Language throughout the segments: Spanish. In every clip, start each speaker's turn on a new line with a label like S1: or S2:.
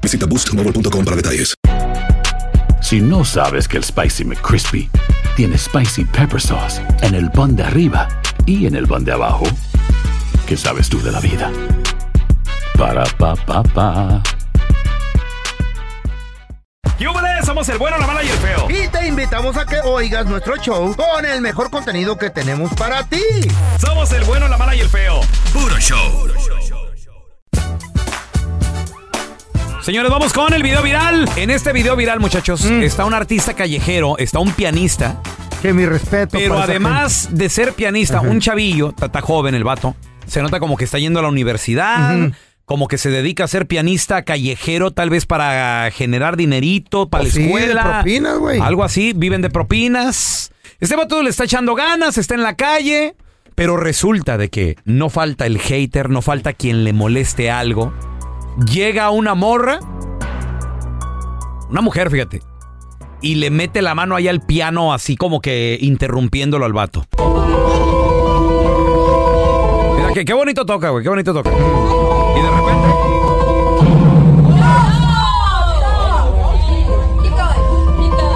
S1: Visita boostmobile.com para detalles.
S2: Si no sabes que el Spicy McCrispy tiene Spicy Pepper Sauce en el pan de arriba y en el pan de abajo, ¿qué sabes tú de la vida? Para, pa, pa, pa.
S3: ¡Yúbales! Somos el bueno, la mala y el feo.
S4: Y te invitamos a que oigas nuestro show con el mejor contenido que tenemos para ti.
S3: Somos el bueno, la mala y el feo. Puro show. Señores, vamos con el video viral. En este video viral, muchachos,
S4: Mm.
S3: está un artista callejero, está un pianista.
S4: Que mi respeto.
S3: Pero
S4: para esa
S3: además de ser pianista,
S4: Ajá.
S3: un chavillo, tata joven el vato, se nota como que está yendo a la universidad, como que se dedica a ser pianista callejero, tal vez para generar dinerito, para
S4: Pues
S3: la
S4: sí, de
S3: escuela.
S4: propinas, güey.
S3: Algo así, viven de propinas. Este vato le está echando ganas, está en la calle, pero resulta de que no falta el hater, no falta quien le moleste algo. Llega una morra, una mujer, fíjate, y le mete la mano ahí al piano, así como que interrumpiéndolo al vato. Mira, que, qué bonito toca, güey, qué bonito toca. Y de repente.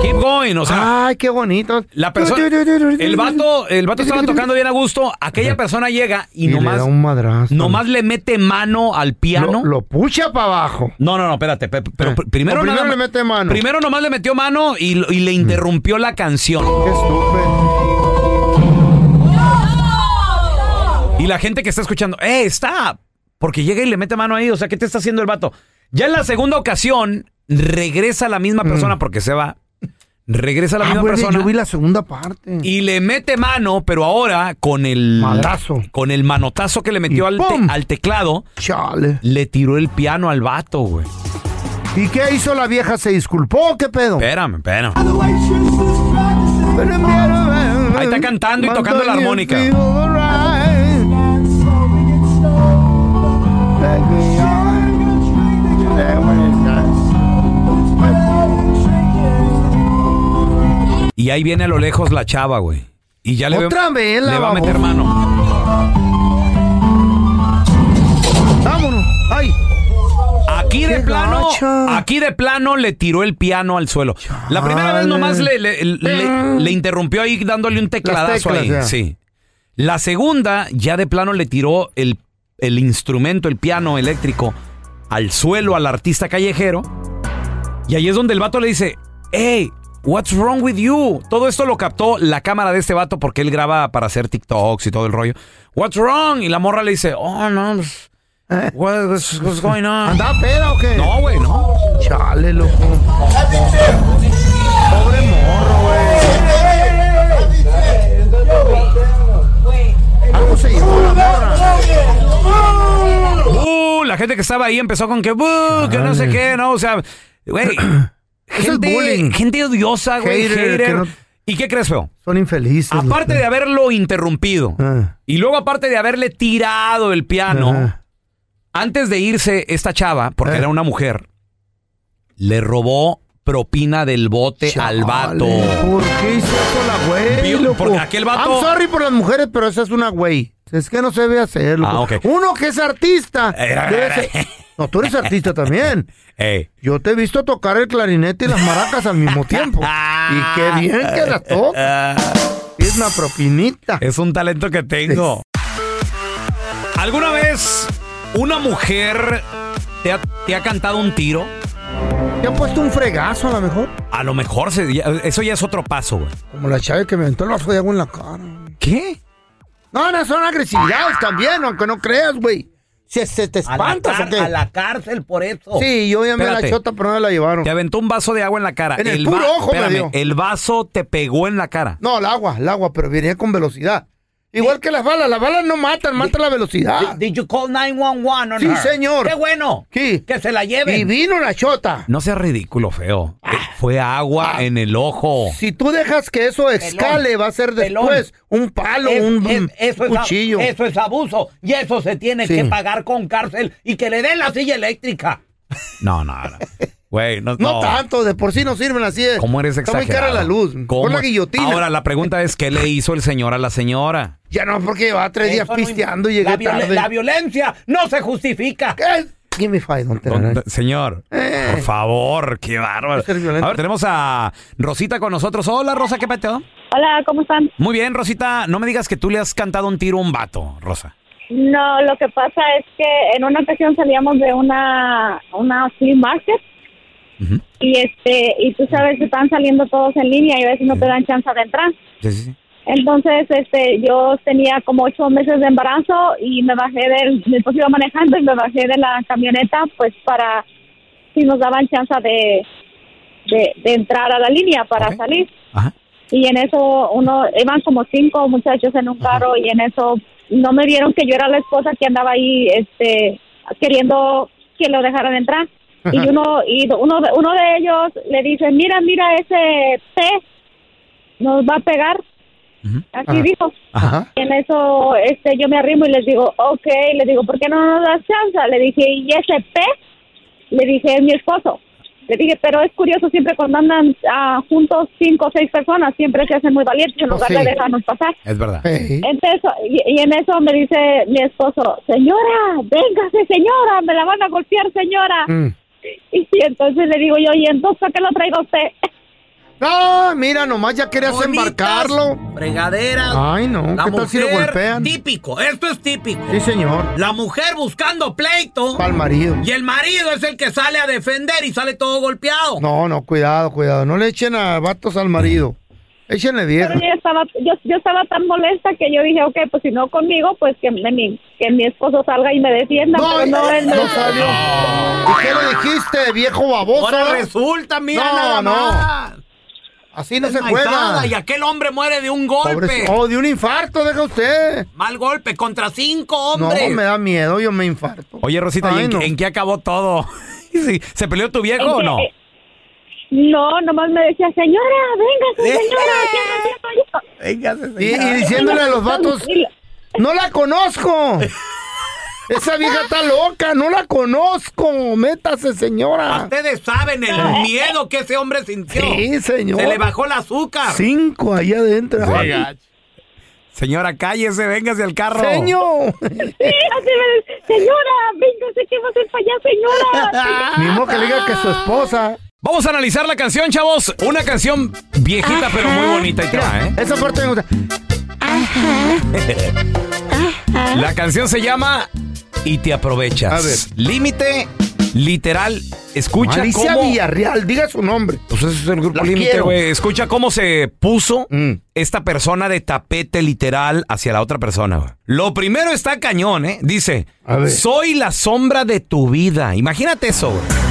S3: Keep going, o sea.
S4: Ay, qué bonito.
S3: La persona. El vato, el vato estaba tocando bien a gusto. Aquella persona llega y,
S4: Y le
S3: nomás.
S4: da un madrazo.
S3: Nomás le mete mano al piano.
S4: Lo pucha para abajo.
S3: No, no, no, espérate. pe- Pero pr- primero,
S4: O primero
S3: nada
S4: le
S3: ma-
S4: mete mano. Mm.
S3: Primero nomás le metió mano y, lo- y le interrumpió la canción.
S4: Qué estúpido.
S3: Y la gente que está escuchando, ¡eh, está! Porque llega y le mete mano ahí. O sea, ¿qué te está haciendo el vato? Ya en la segunda ocasión, regresa la misma persona porque se va. Regresa
S4: Mm.
S3: la
S4: Ah,
S3: misma
S4: güey,
S3: persona.
S4: yo vi la segunda parte.
S3: Y le mete mano, pero ahora con el.
S4: Madrazo.
S3: Con el manotazo que le metió
S4: Y
S3: al, te-
S4: ¡pum!
S3: al teclado,
S4: Chale.
S3: le tiró el piano al vato, güey.
S4: ¿Y qué hizo la vieja? ¿Se disculpó? o ¿Qué pedo?
S3: Espérame, espérame.
S4: Ahí
S3: está cantando y tocando la armónica. Y ahí viene a lo lejos la chava, güey. Y ya le, ve-
S4: Otra vez la
S3: le va a meter
S4: babosa.
S3: mano.
S4: Vámonos. Ay.
S3: Aquí de
S4: Qué
S3: plano,
S4: gacha.
S3: aquí de plano le tiró el piano al suelo. La primera
S4: Chale.
S3: vez nomás le, le- le- le interrumpió ahí dándole un tecladazo
S4: teclas,
S3: ahí.
S4: ya.
S3: Sí. La segunda ya de plano le tiró el, el instrumento, el piano eléctrico, al suelo al artista callejero. Y ahí es donde el vato le dice, hey, what's wrong with you? Todo esto lo captó la cámara de este vato porque él graba para hacer TikToks y todo el rollo. What's wrong? Y la morra le dice, oh, no, pues, what- what's, what's going on?
S4: Eh. ¿Andaba peda o qué?
S3: No, güey, no.
S4: Chale, loco. Pobre morro, güey. Algo se llevó la morra.
S3: Uh, la gente que estaba ahí empezó con que, "Bú, que no sé qué, no, o sea, güey.
S4: es
S3: gente,
S4: bullying.
S3: gente odiosa, güey,
S4: Hater,
S3: hater.
S4: que no-
S3: ¿Y qué crees, feo?
S4: Son infelices.
S3: Aparte de haberlo interrumpido
S4: Ah.
S3: y luego aparte de haberle tirado el piano, antes de irse esta chava, porque
S4: Eh.
S3: era una mujer, le robó propina del bote al vato.
S4: ¿Por qué hizo eso la güey?
S3: Vio-
S4: loco?
S3: porque aquel vato-
S4: I'm sorry por las mujeres, pero esa es una güey. Es que no se ve hacer, loco.
S3: Ah, ok.
S4: Uno que es artista.
S3: Era-
S4: debe ser- No, tú eres artista también.
S3: Ey.
S4: Yo te he visto tocar el clarinete y las maracas al mismo tiempo. y qué bien que las tocas.
S3: Ah,
S4: Es una propinita.
S3: es un talento que tengo. ¿Alguna vez una mujer te ha, te ha cantado un tiro?
S4: Te han puesto un fregazo a lo mejor.
S3: A lo mejor se- ya- eso ya es otro paso, güey.
S4: Como la chave que me aventó el vaso de agua en la cara.
S3: ¿Qué?
S4: No, no, son agresividades también, aunque no creas, güey. Si se te espantas o qué.
S3: cárcel por eso.
S4: Sí, yo llamé a la
S3: Espérate.
S4: chota, pero no me la llevaron.
S3: Te aventó un vaso de agua en la cara.
S4: En el puro ojo me dio.
S3: el vaso te pegó en la cara.
S4: No, el agua, el agua, pero venía con velocidad. Igual que las balas, las balas no matan, mata la velocidad.
S3: you call 911
S4: Ah. Sí, her? señor. Qué
S3: bueno.
S4: Sí.
S3: Que se la lleven.
S4: Y Ah. vino la chota.
S3: No seas ridículo, feo. Eh, Fue agua
S4: Ah.
S3: en el ojo.
S4: Si tú dejas que eso escale, va a ser
S3: Pelón.
S4: después un palo, un, un cuchillo.
S3: es abuso. Y eso se tiene
S4: Sí. que
S3: pagar con cárcel y que le den la silla eléctrica. No, no, no. Güey, no,
S4: no, tanto, de por sí no sirven así. es.
S3: ¿Cómo eres
S4: Está
S3: exagerado?
S4: muy cara la luz.
S3: ¿Cómo?
S4: Con la guillotina.
S3: Ahora, la pregunta es, ¿qué le hizo el señor a la señora?
S4: Ya no, porque llevaba tres días pisteando y llegué tarde.
S3: violencia no se justifica.
S4: ¿Qué? Give me five, don Tela.
S3: Señor,
S4: Eh.
S3: por favor, qué bárbaro.
S4: Ser violento.
S3: A ver, tenemos a Rosita con nosotros. Hola, Rosa, ¿qué peteo?
S5: Hola, ¿cómo están?
S3: Muy bien, Rosita, no me digas que tú le has cantado un tiro a un vato, Rosa.
S5: No, lo que pasa es que en una ocasión salíamos de una una flea market
S3: Ujú.
S5: y este y tú sabes que están saliendo todos en línea y a veces no te dan chance de entrar.
S3: Sí, sí, sí.
S5: Entonces, este, yo tenía como ocho meses de embarazo y me bajé del, mi esposo iba manejando y me bajé de la camioneta, pues para si nos daban chance de, de, de entrar a la línea para
S3: Ok.
S5: salir.
S3: Ajá.
S5: y en eso uno iban como cinco muchachos en un carro y en eso no me vieron que yo era la esposa que andaba ahí este queriendo que lo dejaran entrar y
S4: Ajá.
S5: uno y uno de, uno de ellos le dice mira mira ese té nos va a pegar
S3: Ujú.
S5: así
S4: Ajá.
S5: dijo
S4: Ajá.
S5: y en eso este yo me arrimo y les digo ok le digo por qué no nos das chance le dije y ese té le dije es mi esposo le dije, pero es curioso, siempre cuando andan ah, juntos cinco o seis personas, siempre se hacen muy valientes en
S4: Pues
S5: lugar
S4: sí.
S5: de dejarnos pasar.
S3: Es verdad.
S4: Ey.
S5: Entonces, y, y en eso me dice mi esposo, señora, véngase, señora, me la van a golpear, señora.
S4: Mm.
S5: Y, y entonces le digo yo, ¿y entonces para qué lo traigo a usted?
S4: No, mira, nomás ya querías embarcarlo.
S3: Fregadera.
S4: Ay, no, ¿qué tal si lo golpean?
S3: Típico, esto es típico.
S4: Sí, señor.
S3: La mujer buscando pleito.
S4: Para el marido.
S3: Y el marido es el que sale a defender y sale todo golpeado.
S4: No, no, cuidado, cuidado. No le echen a vatos al marido. Échenle
S5: Pero
S4: vieja.
S5: yo estaba, yo, yo estaba tan molesta que yo dije, ok, pues si no conmigo, pues que, mi, que mi esposo salga y me defienda. pero no, él me-
S4: no salió. ¿Y qué le dijiste, viejo baboso?
S3: resulta,
S4: No, no. Así no se juega.
S3: aquel hombre muere de un
S4: Pobrecito. Oh, de un infarto, deja usted.
S3: Mal golpe contra cinco
S4: No, me da miedo, yo me infarto.
S3: Oye, Rosita, ¿y
S4: Ay,
S3: en,
S4: no.
S3: qué- en qué acabó todo? Sí, ¿Se peleó tu viejo o no?
S5: Este, eh, no, nomás me decía, señora, véngase,
S3: Eh.
S5: señora, que no siento yo".
S4: Y, y diciéndole a los vatos,
S5: Y la-
S4: no la conozco. Esa vieja está loca, no la conozco. Métase, señora.
S3: Ustedes saben el miedo que ese hombre sintió.
S4: Sí, señor.
S3: bajó el azúcar.
S4: Cinco allá adentro. Ay,
S3: Señora, cállese, véngase al carro.
S4: Señor.
S5: Sí, así me dice, señora, véngase que va a ser para allá, señora.
S4: Mismo que le diga que su esposa.
S3: Vamos a analizar la canción, chavos. Una canción viejita, pero muy bonita y te va, ¿eh?
S4: Esa parte me gusta.
S3: La canción se llama Y te aprovechas.
S4: A ver.
S3: Límite, literal. Escucha
S4: Alicia
S3: cómo.
S4: Villarreal, diga su nombre.
S3: Pues ese es el grupo
S4: La
S3: Límite,
S4: quiero.
S3: güey. Escucha cómo se puso
S4: Mm.
S3: esta persona de tapete literal hacia la otra persona, güey. Lo primero está cañón, ¿eh? Dice:
S4: A ver.
S3: Soy la sombra de tu vida. Imagínate eso, güey.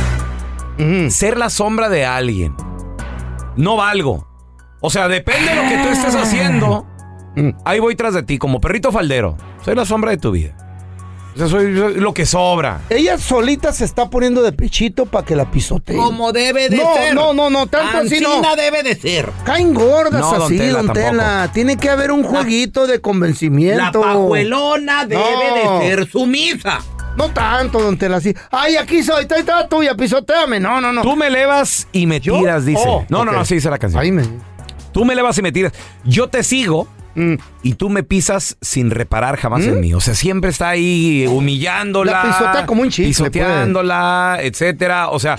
S4: Mm.
S3: ser la sombra de alguien. No valgo. O sea, depende de lo que tú estés haciendo.
S4: Mm.
S3: Ahí voy tras de ti, como perrito faldero. Soy la sombra de tu vida. O sea, soy, soy lo que sobra.
S4: Ella solita se está poniendo de pechito para que la pisoteen.
S3: debe
S4: no, no, no, no, tanto
S6: Pues
S4: así no.
S3: debe de ser.
S4: Caen gordas
S3: No, don
S4: así,
S3: Tela,
S4: don
S3: tampoco.
S4: Tela. Tiene que haber un jueguito de convencimiento. debe de ser
S3: sumisa.
S4: No tanto, don Tela, así. Ay, aquí soy, está, está tuya, pisoteame. No, no, no.
S3: Tú me elevas y me
S4: ¿Yo?
S3: tiras, dice.
S4: Oh,
S3: no, no,
S4: ok.
S3: no, así dice la canción.
S4: Ay, me...
S3: Tú me elevas y me tiras. Yo te sigo
S4: Mm.
S3: y tú me pisas sin reparar jamás en mí. O sea, siempre está ahí humillándola.
S4: La pisotea como un pues. chicle,
S3: Pisoteándola, etcétera.
S4: Eh.
S3: O sea,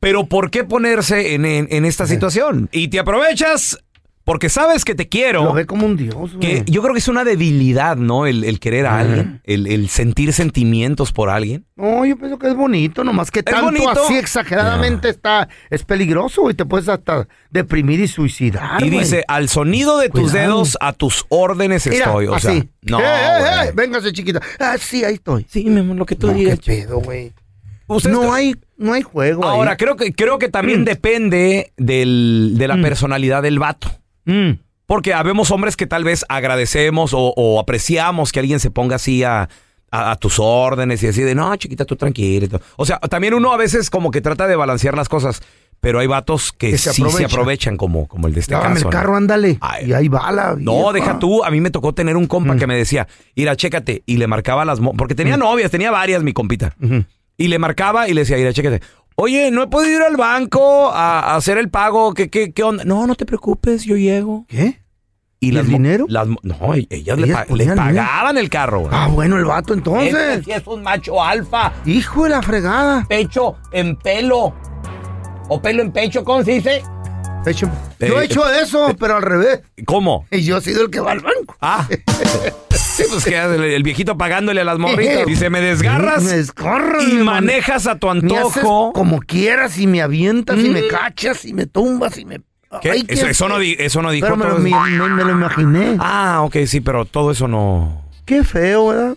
S3: pero ¿por qué ponerse en, en- en esta situación? Y te aprovechas Porque sabes que te quiero.
S4: Lo Mm. ve como un dios,
S3: Que
S4: güey.
S3: yo creo que es una debilidad, ¿no? El, el querer
S4: Ah.
S3: a alguien, el, el sentir sentimientos por alguien.
S4: No, yo pienso que es bonito, nomás que tanto
S3: bonito.
S4: así exageradamente está, es peligroso, güey. Te puedes hasta deprimir y suicidar,
S3: y
S4: güey.
S3: dice, al sonido de tus
S4: Cuidado.
S3: dedos, a tus órdenes
S4: Mira,
S3: estoy. O sea,
S4: así.
S3: no.
S4: Eh, eh, eh,
S3: güey.
S4: véngase, chiquita. Ah, sí, ahí estoy.
S3: Sí, mi amor, lo que tú
S4: No, qué
S3: digas.
S4: pedo, güey.
S3: Ustedes-
S4: No hay, no hay juego
S3: Ahora,
S4: ahí. Mm.
S3: creo que, creo que también depende del- de la personalidad del vato.
S4: Mm.
S3: Porque habemos hombres que tal vez agradecemos o, o apreciamos que alguien se ponga así a, a- a tus órdenes y así de, no, chiquita, tú tranquila. y todo". O sea, también uno a veces como que trata de balancear las cosas, pero hay vatos que,
S4: Que se
S3: sí se
S4: aprovechan.
S3: aprovechan como, como el de este
S4: Lávame
S3: caso.
S4: el
S3: ¿no?
S4: carro, ándale.
S3: Ay.
S4: Y ahí va la vieja.
S3: No, deja tú. A mí me tocó tener un compa que me decía, ira, chécate. Y le marcaba las... mo- Porque tenía novias, tenía varias, mi compita. Y le marcaba y le decía, ira, chécate. Oye, no he podido ir al banco a, a hacer el pago. ¿Qué, qué, ¿Qué onda? No, no te preocupes, yo llego.
S4: ¿Qué?
S3: ¿Y,
S4: el
S3: las mo-
S4: dinero?
S3: las mo- no, e-, ellas, le,
S4: Ellas
S3: pa- le
S4: ponían, ¿no?
S3: pagaban el carro. güey.
S4: Ah, bueno, el vato
S6: Pues
S4: entonces.
S3: Este sí es un macho alfa,
S4: Hijo de la fregada.
S3: pecho en pelo. O pelo en pecho, ¿cómo se dice?
S4: Hecho-
S3: Eh,
S4: yo he hecho eso, pero al revés.
S3: ¿Cómo?
S4: Y yo he sido el que va al banco.
S3: Ah. sí, pues que el, el viejito pagándole a las morritas. Dice, me desgarras.
S4: Me desgarras,
S3: y
S4: me
S3: manejas a tu
S4: Me haces
S3: antojo. Mm.
S4: como quieras y me avientas y me cachas y me tumbas y me...
S3: ¿Qué?
S4: Ay,
S3: Eso,
S4: qué-
S3: eso no di- eso no dijo.
S4: Pero me lo,
S3: todo eso.
S4: me- me lo imaginé.
S3: Ah, ok, sí, pero todo eso no.
S4: Qué feo, ¿verdad?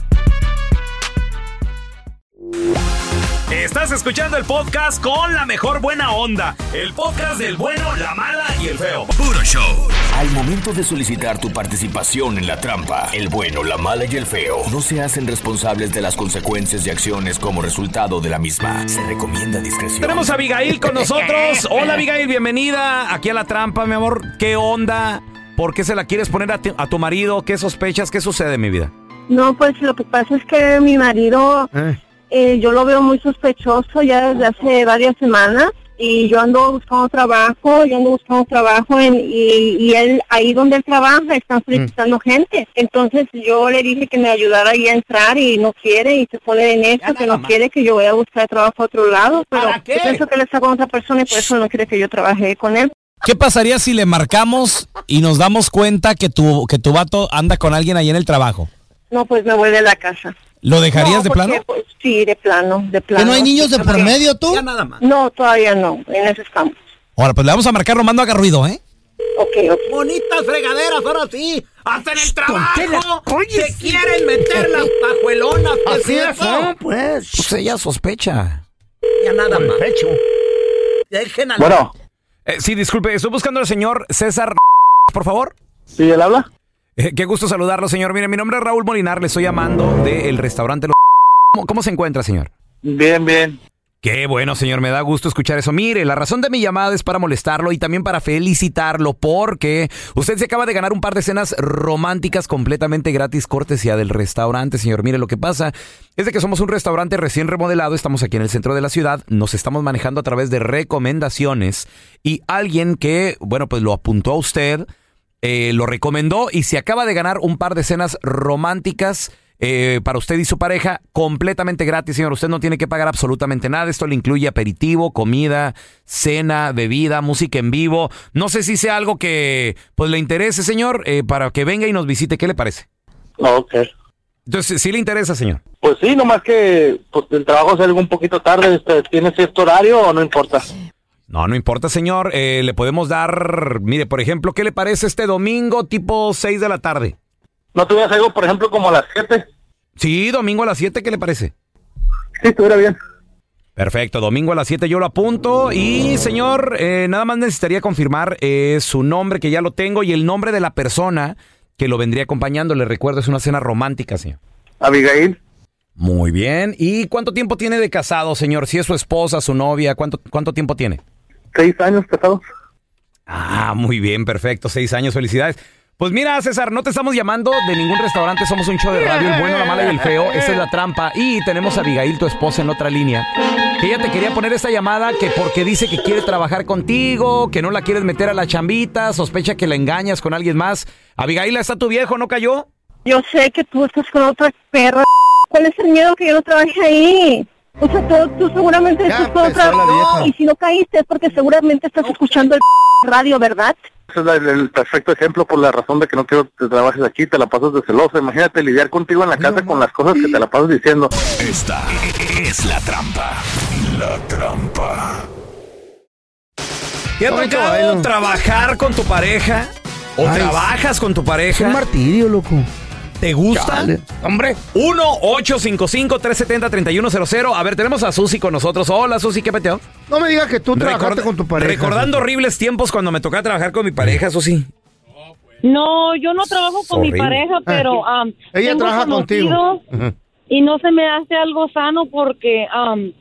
S3: Estás escuchando el podcast con la mejor buena onda. El podcast del bueno, la mala y el feo.
S7: Puro show. Al momento de solicitar tu participación en la trampa, el bueno, la mala y el feo no se hacen responsables de las consecuencias y acciones como resultado de la misma. Se recomienda discreción.
S3: Tenemos a Abigail con nosotros. Hola, Abigail, bienvenida aquí a la trampa, mi amor. ¿Qué onda? ¿Por qué se la quieres poner a, ti- a tu marido? ¿Qué sospechas? ¿Qué sucede, mi vida?
S8: No, pues lo que pasa es que mi marido, eh, yo lo veo muy sospechoso ya desde hace varias semanas y yo ando buscando trabajo, yo ando buscando trabajo en- y, y él, ahí donde él trabaja, están solicitando gente. Entonces yo le dije que me ayudara ahí a entrar y no quiere y se pone en eso, que no quiere que yo vaya a buscar trabajo a otro lado, pero yo pienso que él está con otra persona y por eso no quiere que yo trabaje con él.
S3: ¿Qué pasaría si le marcamos y nos damos cuenta que tu, que tu vato anda con alguien ahí en el trabajo?
S8: No, pues me voy de la casa.
S3: ¿Lo
S8: No, porque, pues, sí, de plano, de plano. Sí, porque-
S3: tú? Ya nada más.
S8: No, todavía no, en eso estamos.
S3: Ahora, pues le vamos a marcar Romando haga ruido, ¿eh?
S8: Ok, ok.
S3: Bonitas fregaderas, ahora sí. Hasta en el trabajo.
S4: Oye,
S3: Se quieren meter las pajuelonas. ¿qué
S4: Así es,
S3: eso?
S4: no, pues.
S3: Pues ella sospecha. Ya nada más. Dejen al...
S9: Bueno,
S3: Eh, sí, disculpe, estoy buscando al señor César, por favor.
S9: ¿sí él habla?
S3: Eh, qué gusto saludarlo, señor. Mire, mi nombre es Raúl Molinar, le estoy llamando del restaurante Los... ¿Cómo, ¿Cómo se encuentra, señor?
S9: Bien, bien.
S3: Qué bueno, señor, me da gusto escuchar eso. Mire, la razón de mi llamada es para molestarlo y también para felicitarlo porque usted se acaba de ganar un par de cenas románticas completamente gratis, cortesía del restaurante, señor. Mire, lo que pasa es de que somos un restaurante recién remodelado, estamos aquí en el centro de la ciudad, nos estamos manejando a través de recomendaciones y alguien que, bueno, pues lo apuntó a usted, eh, lo recomendó y se acaba de ganar un par de cenas románticas eh, para usted y su pareja completamente gratis, señor. Usted no tiene que pagar absolutamente nada. Esto le incluye aperitivo, comida, cena, bebida, música en vivo. No sé si sea algo que pues le interese, señor, eh, para que venga y nos visite. ¿Qué le parece?
S10: Ok.
S3: Entonces, ¿sí le interesa, señor?
S10: Pues sí, nomás que pues, el trabajo sale un poquito tarde. este, ¿Tiene cierto horario o no importa?
S3: No, no importa, señor. Eh, le podemos dar, mire, por ejemplo, ¿qué le parece este domingo tipo 6 de la tarde?
S10: ¿No tuvieras algo, por ejemplo, como a las 7?
S3: Sí, domingo a las 7, ¿qué le parece?
S10: Sí, estuviera bien.
S3: Perfecto, domingo a las 7 yo lo apunto. Y señor, eh, nada más necesitaría confirmar eh, su nombre, que ya lo tengo, y el nombre de la persona que lo vendría acompañando. Le recuerdo, es una cena romántica, señor.
S10: Abigail.
S3: Muy bien. ¿Y cuánto tiempo tiene de casado, señor? Si es su esposa, su novia, ¿cuánto, cuánto tiempo tiene?
S10: Seis años casados.
S3: Ah, muy bien, perfecto. Seis años, felicidades. Pues mira, César, no te estamos llamando de ningún restaurante, somos un show de radio, el bueno, la mala y el feo. Esta es la trampa. Y tenemos a Abigail, tu esposa, en otra línea. Que ella te quería poner esta llamada que porque dice que quiere trabajar contigo, que no la quieres meter a la chambita, sospecha que la engañas con alguien más. Abigail, ¿está tu viejo? ¿No cayó?
S8: Yo sé que tú estás con otra perra. ¿Cuál es el miedo que yo no trabaje ahí? O sea, tú, tú seguramente estás con otra
S10: empezó la vieja.
S8: Y si no caíste es porque seguramente estás escuchando el radio, ¿verdad?
S10: Ese es la- el perfecto ejemplo por la razón de que no quiero que trabajes aquí, te la pasas de celosa. Imagínate lidiar contigo en la casa con las cosas que te la pasas diciendo.
S7: Esta es la trampa. La trampa.
S3: ¿Te ha tocado trabajar con tu pareja? ¿O
S4: Ay,
S3: trabajas con tu
S4: Es un
S3: pareja?
S4: martirio, loco.
S3: ¿Te gusta? Hombre. 1-855-370-3100. A ver, tenemos a Susi con nosotros. Hola, Susi, ¿qué peteo?
S4: No me digas que tú trabajaste
S3: Record-
S4: con tu pareja.
S3: Recordando horribles tiempos cuando me tocaba trabajar con mi pareja, eso sí.
S5: No, yo no trabajo con mi
S3: horrible.
S5: pareja,
S3: Ah.
S5: pero am,
S4: Ella
S5: tengo
S4: trabaja contigo.
S5: conocidos Y no se me hace algo sano porque am,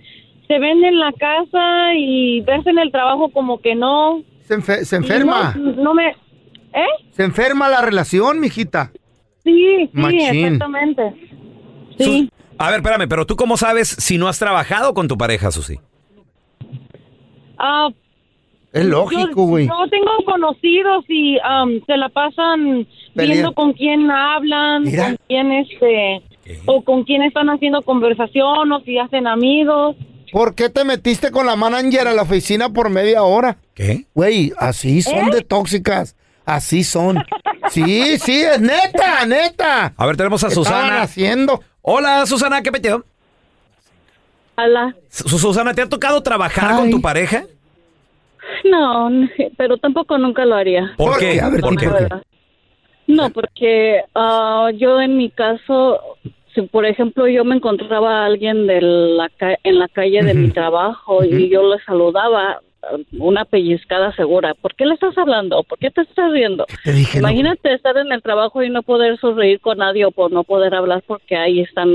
S5: se ven en la casa y verse en el trabajo como que no.
S4: Se, enfe- se enferma.
S5: No, no me... ¿Eh?
S4: Se enferma la relación, mijita.
S5: Sí, sí,
S4: Machín.
S5: exactamente. Sí.
S3: A ver, espérame, pero tú cómo sabes si no has trabajado con tu pareja, Susi.
S5: Ah,
S4: Es
S5: yo- Yo tengo conocidos y am, se la pasan
S4: Pelea.
S5: viendo con quién hablan,
S4: Mira.
S5: con quién este o con quién están haciendo conversación o si hacen amigos.
S4: ¿Por qué te metiste con la manager a la oficina por media hora?
S3: ¿Qué?
S4: Güey, así son de tóxicas. Así son. Sí, sí, es neta, neta.
S3: A ver, tenemos a
S4: ¿Qué estaban
S3: Susana.
S4: haciendo?
S3: Hola, Susana, ¿qué peteo?
S5: Ala.
S3: Su- Susana, ¿te ha tocado trabajar con tu pareja?
S5: No, n- pero tampoco nunca lo haría.
S3: ¿Por, qué?
S4: qué? A ver,
S3: ¿Por
S4: di
S3: qué?
S4: por qué.
S5: No, porque ah, yo en mi caso, si por ejemplo yo me encontraba a alguien de la ca- en la calle de mi trabajo y yo le saludaba ah, una pellizcada segura. ¿Por qué le estás hablando? ¿Por qué te estás riendo?
S4: Te dije, no.
S5: Imagínate estar en el trabajo y no poder sonreír con nadie o por no poder hablar porque ahí están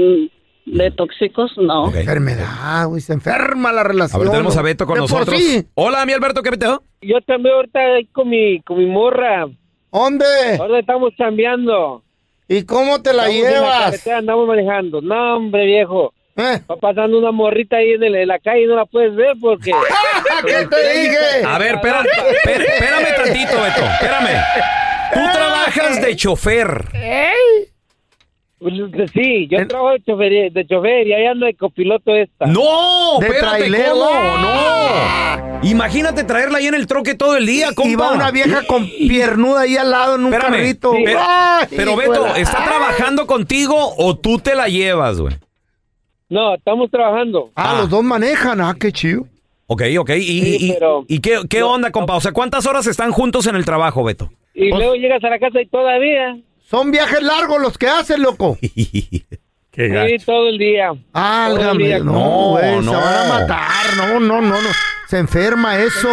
S5: de tóxicos, no.
S3: Ok.
S4: Enfermedad, güey, se enferma la relación.
S3: Eh. A ver, tenemos a Beto con
S4: De por
S3: nosotros.
S4: sí.
S3: Hola, mi Alberto, ¿qué peteo?
S11: Yo también ahorita con mi, con mi morra.
S4: ¿Dónde?
S11: Ahora estamos chambeando.
S4: ¿Y cómo te la
S11: Estamos en la
S4: llevas?
S11: carretera, andamos manejando. No, hombre, viejo.
S4: ¿Eh?
S11: Va pasando una morrita ahí en, el- en la calle y no la puedes ver porque...
S4: Ah, ¿Qué te dije?
S3: A ver, espérame, espérame, espérame tantito, Beto. Espérame. Tú trabajas de chofer.
S11: Pues, este, Sí, yo trabajo de chofer, de chofer y ahí ando de copiloto esta.
S3: No,
S4: De
S3: espérate,
S4: trailero.
S3: ¿cómo? No. Imagínate traerla ahí en el troque todo el día, compa.
S4: Iba una vieja con piernuda ahí al lado en un
S3: Espérame,
S4: carrito.
S3: pero-
S4: Ay,
S3: Pero
S4: hijo de
S3: Beto,
S4: la-
S3: ¿está trabajando contigo o tú te la llevas, güey?
S11: No, estamos trabajando.
S4: Ah, los dos manejan. Ah, qué chido.
S3: Ok, ok. ¿Y,
S11: Sí,
S3: y-
S11: pero-
S3: y qué, qué onda, compa? O sea, ¿cuántas horas están juntos en el trabajo, Beto?
S11: Y luego llegas a la casa y todavía...
S4: Son viajes largos los que hacen, loco.
S11: Sí, todo el día.
S4: Álgame.
S11: Todavía-
S4: No, güey,
S3: no.
S4: se van a matar. No, no, no, no. Se enferma eso.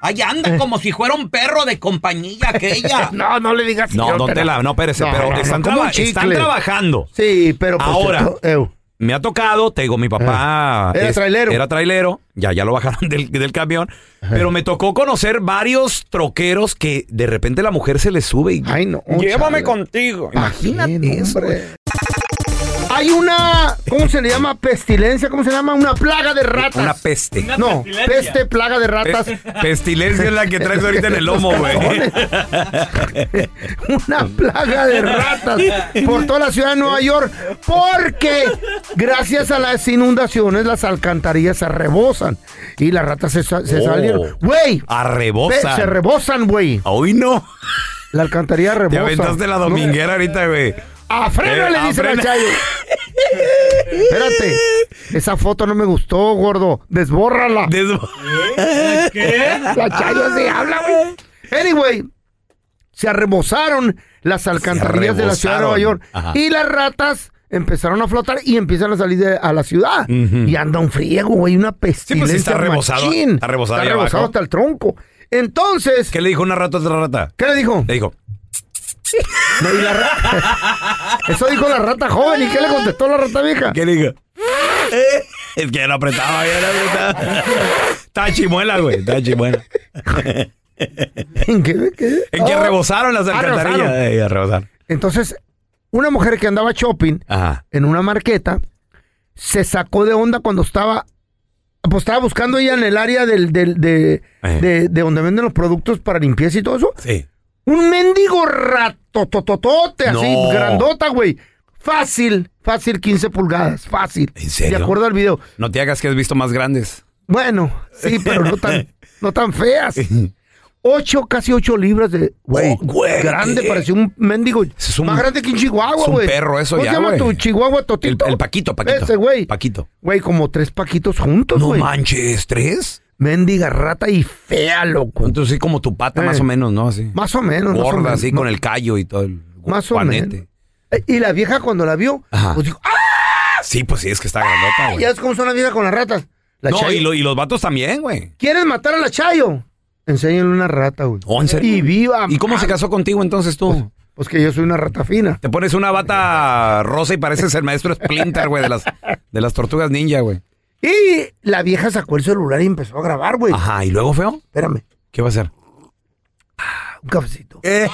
S3: Ahí anda como si fuera un perro de compañía aquella.
S4: No, no le digas.
S3: No,
S4: yo
S3: don
S4: te la-
S3: Tela, no, espérese,
S4: No,
S3: pero
S4: no, no,
S3: están,
S4: como un
S3: traba- están
S4: chicle.
S3: trabajando.
S4: Sí, pero... pues,
S3: Ahora,
S4: esto- ew.
S3: me ha tocado, te digo, mi papá
S4: Ah. Era trailero.
S3: era trailero, ya, ya lo bajaron del, del camión, pero me tocó conocer varios troqueros que de repente la mujer se les sube y... Ay, no.
S9: Llévame contigo.
S4: Imagínate eso. Hay una, ¿cómo se le llama? Pestilencia, ¿cómo se llama? Una plaga de ratas.
S3: Una peste.
S4: No, peste, plaga de ratas.
S3: Pe- Pestilencia es la que traes ahorita en el lomo, güey.
S4: una plaga de ratas por toda la ciudad de Nueva York porque gracias a las inundaciones las alcantarillas se rebosan y las ratas se, sa- se
S3: Oh.
S4: salieron. Güey,
S3: A
S4: ve, se rebosan, güey.
S3: Hoy no.
S4: La alcantarilla rebosa.
S3: Te aventaste la
S4: No,
S3: dominguera ahorita, güey.
S4: ¡A freno
S3: Eh,
S4: le
S3: a
S4: dicen al
S3: frena.
S4: Chayo! Espérate, esa foto no me gustó, gordo. Desbórrala.
S12: ¿Qué?
S4: La Chayo se habla, güey. Anyway, se arrebozaron las alcantarillas de la ciudad de Nueva York.
S12: Ajá.
S4: Y las ratas empezaron a flotar y empiezan a salir de- a la ciudad. Y anda un friego, güey, una pestilencia
S3: pues, sí está rebosado,
S4: machín.
S3: está rebosado
S4: Está
S3: ahí
S4: rebosado
S3: abajo.
S4: hasta el tronco. Entonces...
S3: ¿Qué Eh. le dijo una rata a otra rata?
S4: ¿Qué le dijo?
S3: Le dijo,
S4: No, y la ra- Eso dijo la rata joven. ¿Y qué le contestó la rata vieja?
S3: ¿Qué le dijo? "Eh", es que ya lo apretaba, ya lo apretaba. Está chimuela, güey, está chimuela.
S4: ¿En qué? qué?
S3: En que
S4: Oh.
S3: rebosaron las
S4: Ah,
S3: alcantarillas.
S4: rebosaron.
S3: Eh, rebosaron.
S4: Entonces, una mujer que andaba shopping
S3: Ajá.
S4: en una marqueta se sacó de onda cuando estaba. Pues estaba buscando ella en el área del, del- de, de- de donde venden los productos para limpieza y todo eso.
S3: Sí.
S4: Un mendigo ratotototote, así,
S12: No.
S4: grandota, güey. Fácil, fácil, 15 pulgadas, fácil. ¿En
S3: serio?
S4: De acuerdo al video.
S3: No te hagas que has visto más grandes.
S4: Bueno, sí, pero no tan, no tan feas. Ocho, casi ocho libras de, güey, grande,
S3: Oh, ¿qué?
S4: parecía un mendigo,
S3: un-
S4: más grande que un chihuahua,
S3: es un
S4: güey.
S3: perro eso
S4: ¿Cómo
S3: ya,
S4: se llama
S3: güey.
S4: tu chihuahua
S3: El,
S4: totito?
S3: el Paquito, Paquito.
S4: Ese, güey.
S3: Paquito.
S4: Güey, como tres paquitos juntos,
S3: No
S4: Pues, güey.
S3: manches, ¿tres?
S4: Mendiga rata y fea, loco.
S3: Entonces sí como tu pata
S4: Eh.
S3: más o menos, ¿no? Así.
S4: Más o menos, más o
S3: Gorda,
S4: menos.
S3: así con el callo y todo el
S4: Más o
S3: guanete.
S4: menos. Eh, Y la vieja cuando la vio, pues dijo, ¡ah!
S3: Sí, pues sí, es que está grandota, güey.
S4: Ya ves cómo son las viejas con las ratas. La
S3: No,
S4: Chayo.
S3: y, lo- y los vatos también, güey.
S4: ¿Quieres matar a la Chayo? Enséñale una rata, güey. Y viva.
S3: Oh, ¿Y cómo se casó contigo entonces tú? Pues,
S4: que yo soy una rata fina.
S3: Te pones una bata rosa y pareces el maestro Splinter, güey, de las, de las tortugas ninja, güey.
S4: Y la vieja sacó el celular y empezó a grabar, güey.
S3: Ajá, ¿y luego, feo?
S4: Espérame.
S3: ¿Qué va a hacer?
S4: Un cafecito.
S3: Eh,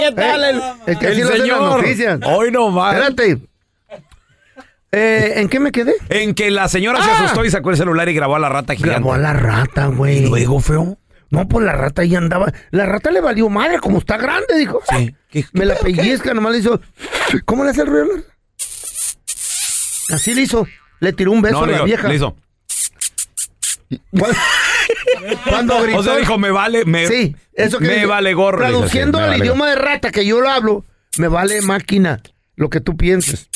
S12: ¿Qué tal? El,
S4: El Eh. que así lo hacen las noticias.
S3: Hoy no más.
S4: Espérate. Eh, ¿En qué me quedé?
S3: En que la señora se asustó y sacó el celular y grabó a la rata gigante.
S4: Ah. Grabó a la rata, güey. ¿Y
S3: luego, feo?
S4: No, pues la rata ahí andaba. La rata le valió madre, como está grande, dijo. Me la pellizca, nomás le hizo. ¿Cómo le hace el ruido? a la rata? Así le hizo. Le tiró un beso
S3: No,
S4: a
S3: le
S4: la
S3: hizo-
S4: vieja.
S3: le hizo.
S4: Cuando- Cuando gritó.
S3: O sea, dijo, me vale, me,
S4: Sí, eso que
S3: me
S4: dije.
S3: vale gorro. le dijo así,
S4: Traduciendo
S3: me
S4: al
S3: vale
S4: idioma de rata que yo lo hablo, me vale máquina lo que tú pienses.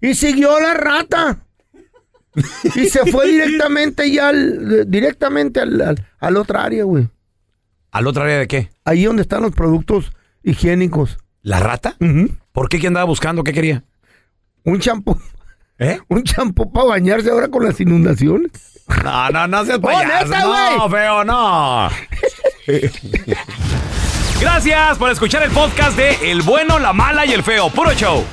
S4: Y siguió la rata. Y se fue directamente ya al, directamente al, al, al otra área, güey.
S3: gorro. ¿Al otro área de qué?
S4: Ahí donde están los productos higiénicos.
S3: ¿La rata? ¿Por qué? ¿Qué andaba buscando? ¿Qué quería?
S4: Un champú.
S3: ¿Eh?
S4: Un champú para bañarse ahora con las inundaciones.
S3: No, no, no seas
S4: ¡Oh,
S3: payaso.
S4: neta,
S3: no,
S4: güey!
S3: feo, no. Gracias por escuchar el podcast de El Bueno, la Mala y el Feo. Puro show.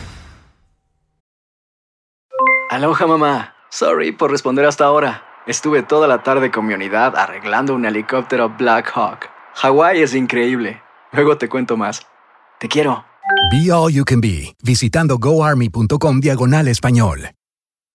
S13: Aloha mamá. Sorry por responder hasta ahora. Estuve toda la tarde con mi unidad arreglando un helicóptero Black Hawk. Hawái es increíble. Luego te cuento más. Te quiero.
S14: Be All You Can Be, visitando goarmy.com diagonal español.